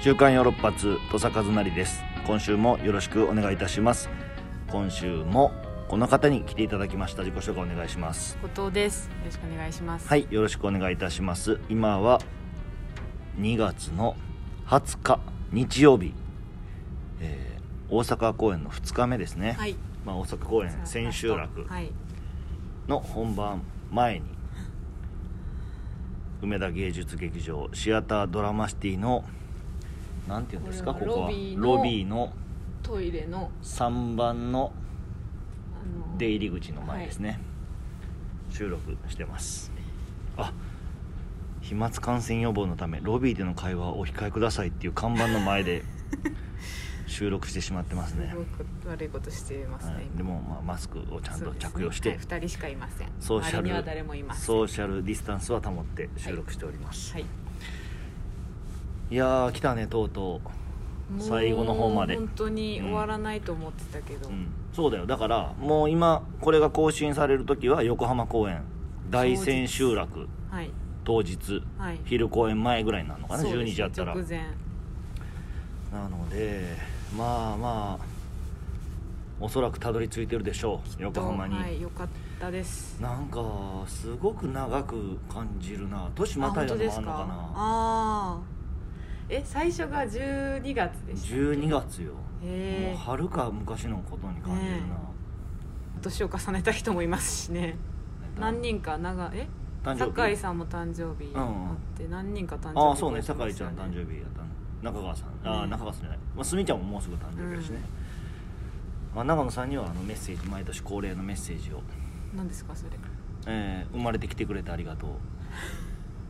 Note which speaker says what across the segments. Speaker 1: 週刊ヨーロッパ通土佐和成です今週もよろしくお願いいたします今週もこの方に来ていただきました自己紹介お願いします
Speaker 2: 後藤です。よろしくお願いします。
Speaker 1: はいよろしくお願いいたします今は2月の20日日曜日、えー大阪公演の2日目ですね、
Speaker 2: はい。
Speaker 1: まあ、大阪公演千秋楽
Speaker 2: はい。
Speaker 1: の本番前に梅田芸術劇場シアタードラマシティのなんていうんですか
Speaker 2: こ
Speaker 1: こ
Speaker 2: れは
Speaker 1: こは
Speaker 2: ロビーの
Speaker 1: ロビーの
Speaker 2: トイレの。
Speaker 1: 3番の
Speaker 2: あの
Speaker 1: 出入り口の前ですね、収録してますあ飛沫感染予防のためロビーでの会話をお控えくださいっていう看板の前 で収録してしまってますね
Speaker 2: すごく悪いことしてますね。
Speaker 1: はい、でも、まあ、マスクをちゃん
Speaker 2: そ
Speaker 1: と
Speaker 2: うですね
Speaker 1: 着用して、
Speaker 2: はい二、人しかいません。
Speaker 1: ソーシャ
Speaker 2: 周りには
Speaker 1: ル
Speaker 2: 誰もいません。
Speaker 1: ソーシャルディスタンスは保って収録しております、
Speaker 2: はい。
Speaker 1: い、やー来たねとうと
Speaker 2: もう
Speaker 1: 最後の方まで
Speaker 2: 本当に終わらないと思ってたけど。
Speaker 1: う、うん、そうだよだからもう今これが更新される時は横浜公演大千秋楽
Speaker 2: はい。
Speaker 1: 当日
Speaker 2: はい。
Speaker 1: 昼公演前ぐらいになるのかな、
Speaker 2: そうです
Speaker 1: 12
Speaker 2: ね
Speaker 1: 時やったら
Speaker 2: 直前。
Speaker 1: なのでまあまあおそらくたどり着いてるでしょう横浜に、
Speaker 2: はい、良かったです。
Speaker 1: なんかすごく長く感じるな年ま
Speaker 2: あ
Speaker 1: たい
Speaker 2: 本
Speaker 1: だの
Speaker 2: 当で
Speaker 1: もあ
Speaker 2: す
Speaker 1: んの
Speaker 2: か。
Speaker 1: かな
Speaker 2: ああ。え、最初が12月でしたっけ。
Speaker 1: 12。月よもう
Speaker 2: へえ。
Speaker 1: はるか昔のことに感じるな、
Speaker 2: ね年を重ねた人もいますしね。何人か長え
Speaker 1: 誕生日
Speaker 2: 酒井さんも誕生日
Speaker 1: うんうん
Speaker 2: あって何人か誕生日
Speaker 1: ああそうね
Speaker 2: 超えて
Speaker 1: 酒
Speaker 2: ま
Speaker 1: 井
Speaker 2: す
Speaker 1: ち
Speaker 2: よ
Speaker 1: ゃん誕生日やったの中川さん、ああ
Speaker 2: ね
Speaker 1: 中川さんじゃない、まあ、すみちゃんももうすぐ誕生日だしね、まあ、長野さんにはあのメッセージ毎年恒例のメッセージを、
Speaker 2: 何ですかそれ
Speaker 1: えー生まれてきてくれてありがとう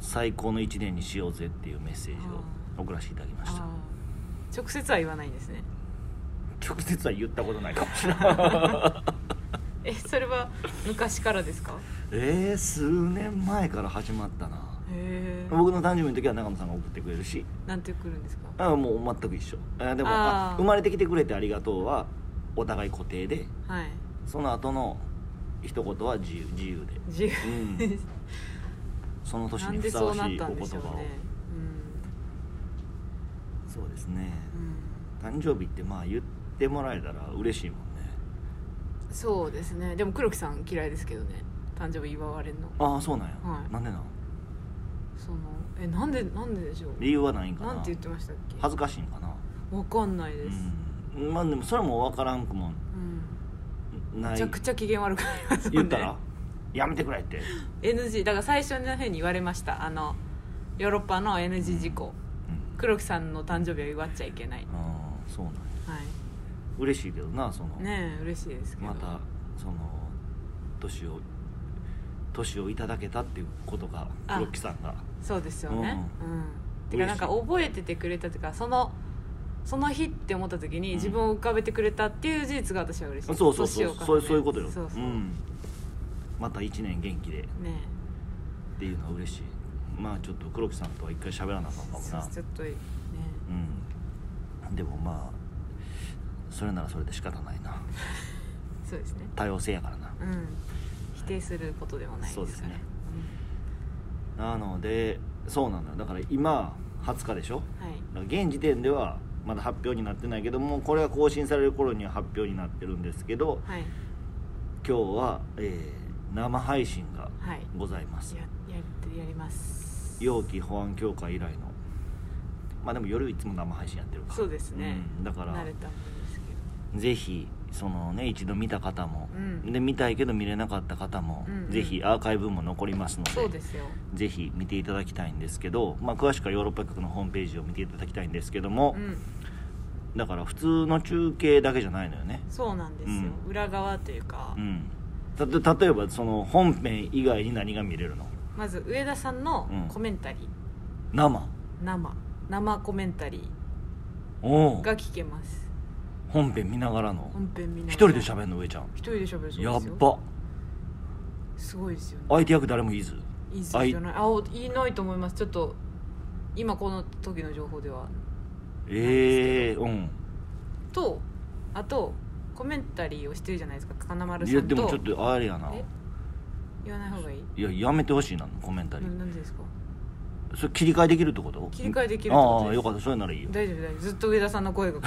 Speaker 1: 最高の1年にしようぜ」っていうメッセージを送らせていただきました
Speaker 2: あー直接は言わないんですね
Speaker 1: 直接は言ったことないかもしれない
Speaker 2: えそれは昔からですか
Speaker 1: えー、数年前から始まったな
Speaker 2: へえ
Speaker 1: 僕の誕生日の時は長野さんが送ってくれるし
Speaker 2: なんて来るんですか
Speaker 1: あもう全く一緒あでも
Speaker 2: あ
Speaker 1: あ
Speaker 2: ー
Speaker 1: 生まれてきてくれてありがとう」はお互い固定で
Speaker 2: はい
Speaker 1: その後の一言は自由自由で、
Speaker 2: 自由
Speaker 1: うん、その年
Speaker 2: なん
Speaker 1: にふ
Speaker 2: で
Speaker 1: さ
Speaker 2: そ
Speaker 1: わ
Speaker 2: う
Speaker 1: し
Speaker 2: なっ
Speaker 1: い
Speaker 2: た
Speaker 1: お
Speaker 2: ん
Speaker 1: 言
Speaker 2: でし
Speaker 1: 葉
Speaker 2: ょう
Speaker 1: を
Speaker 2: ね
Speaker 1: そうですね
Speaker 2: うん、
Speaker 1: 誕生日ってまあ言ってもらえたら嬉しいもんね
Speaker 2: うん、そうですねでも黒木さん嫌いですけどね誕生日祝われるの
Speaker 1: ああそうなんや、
Speaker 2: はい
Speaker 1: なんでなん
Speaker 2: そのえなんでなんででしょう
Speaker 1: 理由はないんかな
Speaker 2: なんて言ってましたっけ
Speaker 1: 恥ずかしいんかな
Speaker 2: わかんないです、
Speaker 1: うんまあでもそれも分からんくも
Speaker 2: うん
Speaker 1: な
Speaker 2: め
Speaker 1: い
Speaker 2: ちゃくちゃ機嫌悪くなりますもんね
Speaker 1: 言ったら「やめてくれ」って
Speaker 2: NG だから最初の辺に言われましたあのヨーロッパの NG 事項
Speaker 1: うん
Speaker 2: 黒木さんの誕生日は祝っちゃいけない、は
Speaker 1: ああそうなんや嬉しいけどなその、
Speaker 2: い、ねえ嬉しいですけど
Speaker 1: またその年を年をいただけたっていうことが
Speaker 2: あ
Speaker 1: 黒木さんが
Speaker 2: そうですよね
Speaker 1: う
Speaker 2: うん、てかなんか
Speaker 1: 嬉
Speaker 2: 覚えててくれたとかそのその日って思った時
Speaker 1: うん
Speaker 2: に自分を浮かべてくれたっていう事実が私は嬉しい、
Speaker 1: そうそうそう
Speaker 2: 年を重ね
Speaker 1: そうそういうことよ
Speaker 2: そうそう、
Speaker 1: ん、また1年元気でっ
Speaker 2: ね
Speaker 1: ていうのは嬉しいまあちょっと黒木さんとは一回喋らなあかんかも
Speaker 2: そう
Speaker 1: な
Speaker 2: ちょっとね
Speaker 1: うんでもまあそれならそれで仕方ないな
Speaker 2: そうですね
Speaker 1: 多様性やからな
Speaker 2: うん否定することではないですか
Speaker 1: そう
Speaker 2: ら
Speaker 1: ですねなのでそうなんだよだから今20日でしょ
Speaker 2: うんはい
Speaker 1: だから現時点ではまだ発表になってないけどもこれが更新される頃には発表になってるんですけど
Speaker 2: はい
Speaker 1: 今日は、えー生配信が
Speaker 2: はい
Speaker 1: ございます
Speaker 2: ややってやります
Speaker 1: 陽気保安協会以来のまあでも夜いつも生配信やってるから
Speaker 2: そうですね、
Speaker 1: うんだか
Speaker 2: 慣
Speaker 1: ら
Speaker 2: れたもんですけ
Speaker 1: ぜひそのね一度見た方も、
Speaker 2: うん
Speaker 1: で見たいけど見れなかった方も、
Speaker 2: うんうん
Speaker 1: ぜひアーカイブも残りますので
Speaker 2: どそうですよ
Speaker 1: ぜひ見ていただきたいんですけど、まあ、詳しくはヨーロッパ局のホームページを見ていただきたいんですけども
Speaker 2: う、ん
Speaker 1: だから普通の中継だけじゃないのよね
Speaker 2: そうなんですよ、
Speaker 1: う
Speaker 2: 裏側というか、
Speaker 1: うんたと例えばその本編以外に何が見れるの
Speaker 2: まず上田さんの
Speaker 1: うん
Speaker 2: コメンタリー、
Speaker 1: 生
Speaker 2: 生生コメンタリ
Speaker 1: お
Speaker 2: ー
Speaker 1: う
Speaker 2: が聞けます
Speaker 1: 本編見ながらの
Speaker 2: 本編見ながら
Speaker 1: 一人で喋んの上ちゃん
Speaker 2: 一人で喋るそうですよ
Speaker 1: やっば
Speaker 2: すごいですよね
Speaker 1: 相手役誰もいず
Speaker 2: いいじゃないあおいないと思いますちょっと今この時の情報では
Speaker 1: ええうん
Speaker 2: とあとコメンタリーをしてるじゃないですか金丸さ
Speaker 1: い
Speaker 2: んと
Speaker 1: やでもちょっとあれやな
Speaker 2: え言わない方がいい
Speaker 1: いややめてほしいなコメンタリ
Speaker 2: な
Speaker 1: ー
Speaker 2: なんでですか
Speaker 1: それ切り替えできるってこと
Speaker 2: 切り替えできるってことです
Speaker 1: ああよかったそれならいいよ
Speaker 2: 大丈夫大丈夫ずっと上田さんの声がこ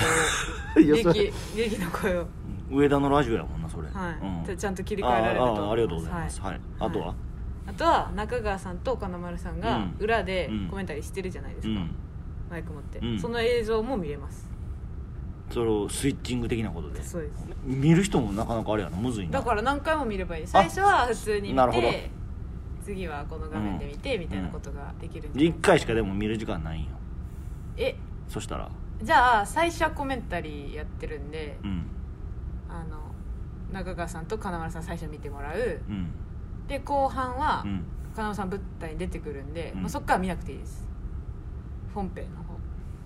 Speaker 2: う
Speaker 1: いやそ
Speaker 2: 劇
Speaker 1: れ
Speaker 2: 劇の声を
Speaker 1: 上田のラジオやもんなそれ
Speaker 2: はいじゃあちゃんと切り替えられると
Speaker 1: あ
Speaker 2: 思います
Speaker 1: ああありがとうございます
Speaker 2: は
Speaker 1: はいいあとは
Speaker 2: あとは中川さんと金丸さん
Speaker 1: う
Speaker 2: が
Speaker 1: ん
Speaker 2: 裏で
Speaker 1: うん
Speaker 2: コメンタリーしてるじゃないで
Speaker 1: う
Speaker 2: すか、
Speaker 1: ん
Speaker 2: マイク持って、
Speaker 1: うん
Speaker 2: その映像も見れます
Speaker 1: それをスイッチング的なことで
Speaker 2: そうです
Speaker 1: 見る人もなかなかあれやなむずいな
Speaker 2: だから何回も見ればいい最初は普通に
Speaker 1: な
Speaker 2: 見
Speaker 1: るほど
Speaker 2: て次はこの画面で見てみたいなことができるんじゃない
Speaker 1: 1回しかでも見る時間ないんよ
Speaker 2: え
Speaker 1: そしたら
Speaker 2: じゃあ最初はコメンタリーやってるんで、
Speaker 1: うん
Speaker 2: あの中川さんと金丸さん最初見てもらう
Speaker 1: うん
Speaker 2: で後半は
Speaker 1: うん
Speaker 2: 金丸さん舞台に出てくるんで、
Speaker 1: うん
Speaker 2: まあ、そっから見なくていいです本編の方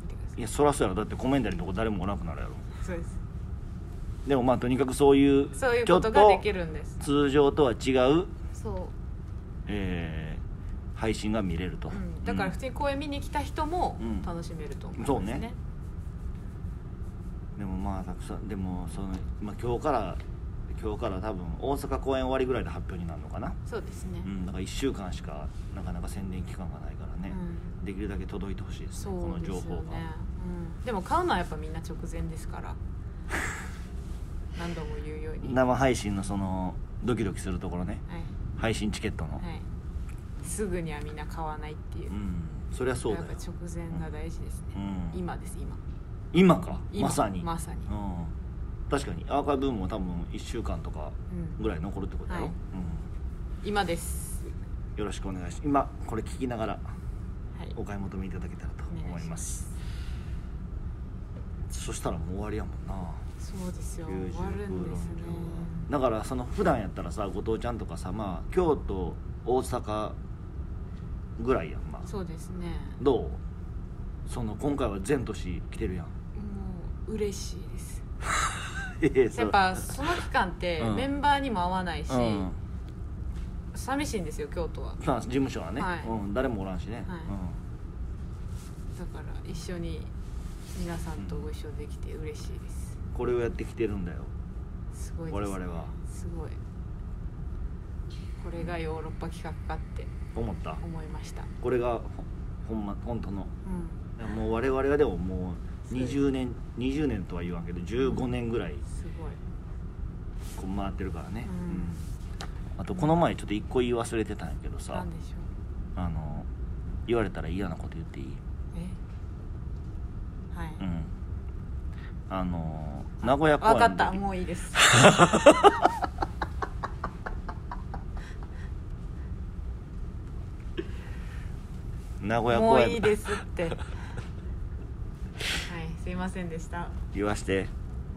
Speaker 2: 見てくださ
Speaker 1: い
Speaker 2: い
Speaker 1: やそらそうやろだってコメンタリーのとこ誰もおらんくなるやろ
Speaker 2: そうです
Speaker 1: でもまあとにかくそういう
Speaker 2: そういう
Speaker 1: ちょ
Speaker 2: こ
Speaker 1: っ
Speaker 2: と
Speaker 1: と
Speaker 2: ができるんです
Speaker 1: 通常とは違う、
Speaker 2: そ
Speaker 1: えー配信が見れると、
Speaker 2: う、うん、だから普通に公演見に来た人も
Speaker 1: うん
Speaker 2: 楽しめると思います、
Speaker 1: そうねでもまあたくさんでもその、まあ、今日から今日から多分大阪公演終わりぐらいで発表になるのかな、
Speaker 2: そうですね、
Speaker 1: うん、だから1週間しかなかなか宣伝期間がないからね、できるだけ届いてほしいです
Speaker 2: そ
Speaker 1: ね
Speaker 2: う
Speaker 1: この
Speaker 2: です
Speaker 1: 情
Speaker 2: よね
Speaker 1: 報が、
Speaker 2: うん、でも買うのはやっぱみんな直前ですから 何度も言うようには
Speaker 1: 生配信のそのドキドキするところね
Speaker 2: い、
Speaker 1: 配信チケットの、
Speaker 2: はい、すぐにはみんな買わないっていうう、
Speaker 1: んそりゃそうだ
Speaker 2: や
Speaker 1: よ
Speaker 2: っぱ直前が大事ですね、
Speaker 1: うん
Speaker 2: 今です今
Speaker 1: 今か
Speaker 2: 今
Speaker 1: まさに
Speaker 2: まさに
Speaker 1: うん、確かにアーカイブも多分1週間とか
Speaker 2: うん
Speaker 1: ぐらい残るってことだろ、
Speaker 2: は
Speaker 1: う
Speaker 2: い
Speaker 1: ん
Speaker 2: 今です
Speaker 1: よろしくお願いします今これ聞きながら
Speaker 2: はい
Speaker 1: お買い求めいただけたらと
Speaker 2: お願
Speaker 1: 思
Speaker 2: い
Speaker 1: い
Speaker 2: し
Speaker 1: ま
Speaker 2: ますす
Speaker 1: そしたらもう終わりやもんな
Speaker 2: そうですよ
Speaker 1: 90
Speaker 2: 終わるんですね
Speaker 1: だからその普段やったらさ後藤ちゃんとかさまあ京都大阪ぐらいやんまあ
Speaker 2: そうですね
Speaker 1: どうその今回は全都市来てるやん
Speaker 2: もう嬉しいです
Speaker 1: ええそ
Speaker 2: や
Speaker 1: う
Speaker 2: っぱその期間って
Speaker 1: うん
Speaker 2: メンバーにも会わないし、
Speaker 1: うん
Speaker 2: 寂しいんですよ京都は
Speaker 1: まあ事務所はね、
Speaker 2: はい
Speaker 1: うん、誰もおらんしね、
Speaker 2: はいだから一緒に皆さんとご一緒できて嬉しいです
Speaker 1: うん、これをやってきてるんだよ
Speaker 2: すごいです、
Speaker 1: 我々は
Speaker 2: すごいこれがヨーロッパ企画かって
Speaker 1: 思った
Speaker 2: 思いました
Speaker 1: これがほほんま本当の
Speaker 2: うん
Speaker 1: いやもう我々はでももう
Speaker 2: そうです
Speaker 1: 20年20年とは言わんけど15年ぐらい
Speaker 2: すごい
Speaker 1: こう回ってるからね、
Speaker 2: うん
Speaker 1: あとこの前ちょっと一個言い忘れてたんやけどさ
Speaker 2: なんでしょう
Speaker 1: あの言われたら嫌なこと言っていい
Speaker 2: えはい、
Speaker 1: うんあの名古屋公演
Speaker 2: 分かった
Speaker 1: の時
Speaker 2: もういいです
Speaker 1: 名古屋
Speaker 2: も
Speaker 1: 公
Speaker 2: う
Speaker 1: 演
Speaker 2: いいです ってはいすいませんでした
Speaker 1: 言わして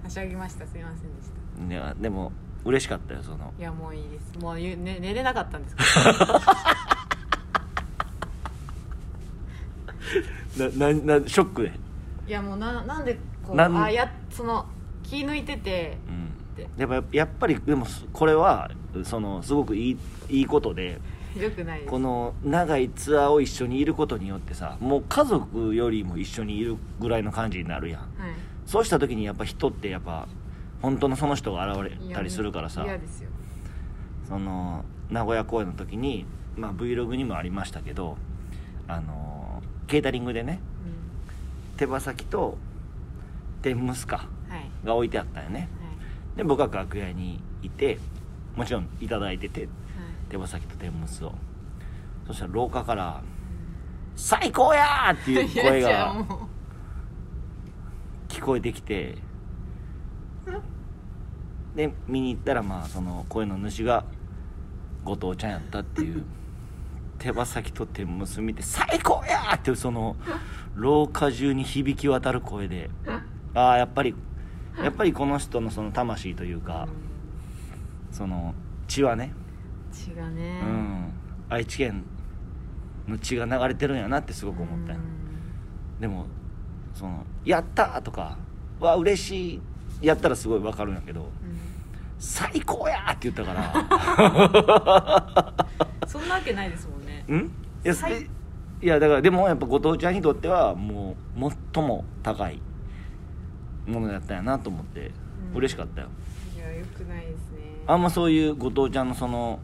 Speaker 2: はしゃぎましたすいませんでした
Speaker 1: いやでも嬉しかったよその
Speaker 2: いやもういいですもうゆ、ね、寝れなかった んですか
Speaker 1: なななショックで、
Speaker 2: いやもうななんでこう
Speaker 1: なん
Speaker 2: あやその気抜いてて
Speaker 1: うん
Speaker 2: で、
Speaker 1: やっぱやっぱりでもこれはそのすごくいいいいことで
Speaker 2: よくないです
Speaker 1: この長いツアーを一緒にいることによってさもう家族よりも一緒にいるぐらいの感じになるやん
Speaker 2: はい
Speaker 1: そうした時にやっぱ人ってやっぱ本当のその人が現
Speaker 2: い
Speaker 1: れ
Speaker 2: や
Speaker 1: たりするからさ
Speaker 2: 嫌ですよ
Speaker 1: その名古屋公演の時に、まあ、Vlog にもありましたけどあのケータリングでね
Speaker 2: うん
Speaker 1: 手羽先と天むすか
Speaker 2: はいはい
Speaker 1: が置いてあったよねで僕は楽屋にいてもちろんいただいてて
Speaker 2: はい
Speaker 1: 手羽先と天むすをそしたら廊下から「最高や!」っていう声
Speaker 2: いやじゃあ
Speaker 1: が
Speaker 2: も
Speaker 1: 聞こえてきてで見に行ったらまあその声の主が後藤ちゃんやったっていう手羽先と天むす見て「最高や!」っていうその廊下中に響き渡る声でああやっぱりやっぱりこの人のその魂というか
Speaker 2: う
Speaker 1: その血はね
Speaker 2: 血がね
Speaker 1: うん、愛知県の血が流れてるんやなってすごく思ったんや
Speaker 2: うん
Speaker 1: でもその「やった!」とか「わ嬉しい!」やったらすごいわかるんやけど
Speaker 2: うん
Speaker 1: 「最高や!」って言った から
Speaker 2: そんなわけないですもんね
Speaker 1: うんいや,それ、
Speaker 2: 最
Speaker 1: いやだからでもやっぱ後藤ちゃんにとってはもう最も高いものだったんやなと思って
Speaker 2: うん
Speaker 1: 嬉しかったよ、
Speaker 2: いやよくないですね
Speaker 1: あんまそういう後藤ちゃんのその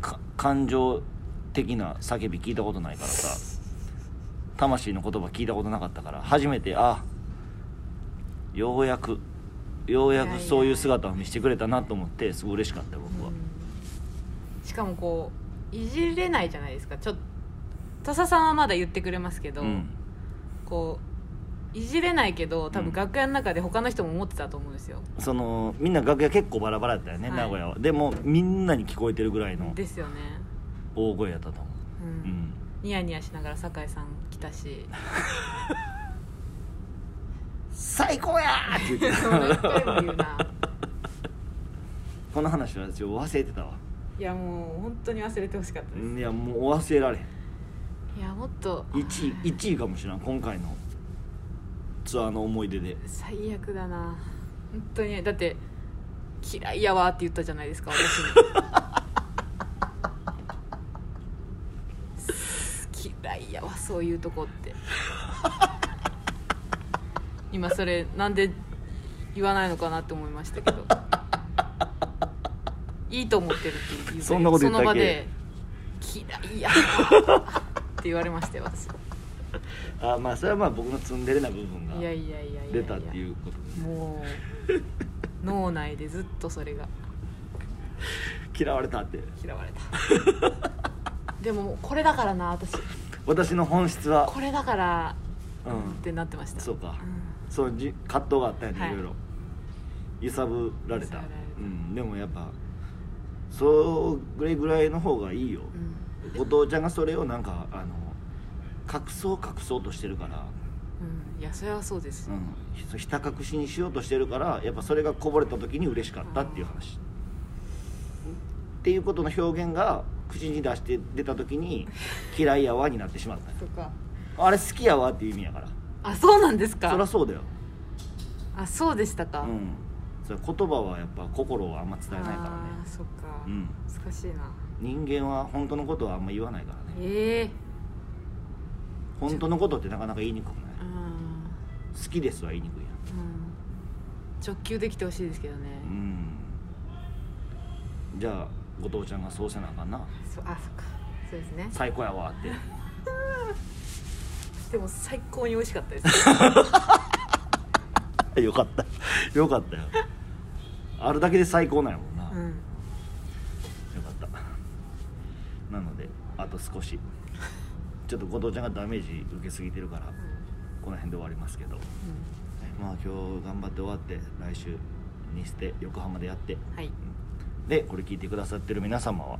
Speaker 1: か感情的的な叫び聞いたことないからさ魂の言葉聞いたことなかったから初めてあようやくようやくそういう姿を見せてくれたなと思ってすごい嬉しかったよ僕は、
Speaker 2: うんしかもこういじれないじゃないですかちょっと土佐さんはまだ言ってくれますけど、
Speaker 1: うん
Speaker 2: こういじれないけど多
Speaker 1: うん
Speaker 2: 分楽屋の中で他の人も思ってたと思うんですよ、
Speaker 1: そのみんな楽屋結構バラバラだったよね、
Speaker 2: はい
Speaker 1: 名古屋はでもみんなに聞こえてるぐらいの
Speaker 2: ですよね、
Speaker 1: 大声やったと思
Speaker 2: うん
Speaker 1: ううん
Speaker 2: ニヤニヤしながら酒井さん来 たし
Speaker 1: 最高やーって言って
Speaker 2: そ
Speaker 1: た
Speaker 2: んな一回も言う な
Speaker 1: この話は私忘れてたわ
Speaker 2: いやもう本当に忘れてほしかったです、
Speaker 1: いやもう忘れられへん
Speaker 2: いやもっと
Speaker 1: 1位1位かもしれん今回のツアーの思い出で
Speaker 2: 最悪だな本当にだって「嫌いやわ」って言ったじゃないですか私に嫌いやわそういうとこって今それなんで言わないのかなって思いましたけどいいと思ってるって言うて
Speaker 1: そんなこと言ったっけ
Speaker 2: その場で「嫌いやわ」って言われましたよ私
Speaker 1: あまあそれはまあ僕のツンデレな部分が
Speaker 2: いやいやいやいやいや
Speaker 1: 出たっていうことで
Speaker 2: もう脳内でずっとそれが
Speaker 1: 嫌われたって
Speaker 2: 嫌われた でももうこれだからな私
Speaker 1: 私の本質は
Speaker 2: これだから
Speaker 1: う
Speaker 2: っ
Speaker 1: ん
Speaker 2: てなってました
Speaker 1: そうか
Speaker 2: ん
Speaker 1: そうじ葛藤があったよね、
Speaker 2: はい
Speaker 1: い、ろいろ揺さぶられた
Speaker 2: 揺さぶられた
Speaker 1: うん、でもやっぱそれぐらいの方がいいよ、後藤ちゃんがそれをなんかあの隠そう隠そうとしてるから、
Speaker 2: うん、うん、いやそれはそうです、
Speaker 1: うん、ひひた隠しにしようとしてるからやっぱそれがこぼれた時に嬉しかったっていう話っていうことの表現が口に出して出た時に「嫌いやわ」になってしまった
Speaker 2: とか
Speaker 1: あれ好きやわっていう意味やから
Speaker 2: あそうなんです
Speaker 1: そりゃ
Speaker 2: か
Speaker 1: そうだよ
Speaker 2: あそうでしたか、
Speaker 1: うんそれ言葉はやっぱ心をあんま伝えないから
Speaker 2: あ
Speaker 1: ね
Speaker 2: ーそっか、
Speaker 1: うん
Speaker 2: 難しいな
Speaker 1: 人間は本当のことはあんま言わないからね
Speaker 2: ええ
Speaker 1: 本当のことってなかなか言いにくくない
Speaker 2: うん、
Speaker 1: 好きですは言いにくいやん
Speaker 2: うん、直球できてほしいですけどね、
Speaker 1: うんじゃあ後藤ちゃんがそうせなあかんな
Speaker 2: そあそっかそうですね
Speaker 1: 最高やわって
Speaker 2: でも最高に美味しかったです
Speaker 1: よかったよかったよあるだけで最高なんやもんな、
Speaker 2: う
Speaker 1: よ
Speaker 2: ん
Speaker 1: かったなのであと少しちょっと後藤ちゃんがダメージ受けすぎてるからこの辺で終わりますけどまあ今日頑張って終わって来週にして横浜でやって
Speaker 2: うん、はい
Speaker 1: でこれ聞いてくださってる皆様は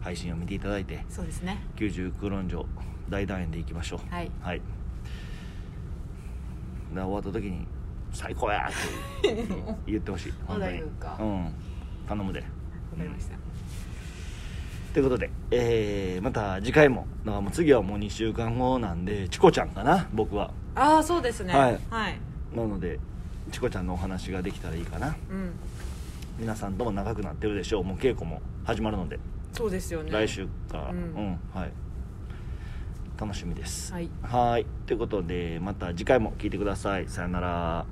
Speaker 1: 配信を見ていただいて
Speaker 2: そうですね
Speaker 1: 90九論城大団円でいきましょう
Speaker 2: はい
Speaker 1: はい、で終わった時に「最高や!」って 言ってほしい
Speaker 2: ま
Speaker 1: 本当
Speaker 2: だ
Speaker 1: に
Speaker 2: 言うか
Speaker 1: うん頼むで
Speaker 2: わかりました、
Speaker 1: ということで、えーまた次回もだからもう次はもう2週間後なんでチコちゃんかな僕は
Speaker 2: ああそうですね
Speaker 1: はい
Speaker 2: はい、
Speaker 1: なのでチコちゃんのお話ができたらいいかな
Speaker 2: うん
Speaker 1: 皆さんとも長くなってるでしょうもう稽古も始まるので、
Speaker 2: そうですよね
Speaker 1: 来週からう、
Speaker 2: うんん
Speaker 1: はい楽しみです
Speaker 2: はい
Speaker 1: ーいということでまた次回も聞いてくださいさよなら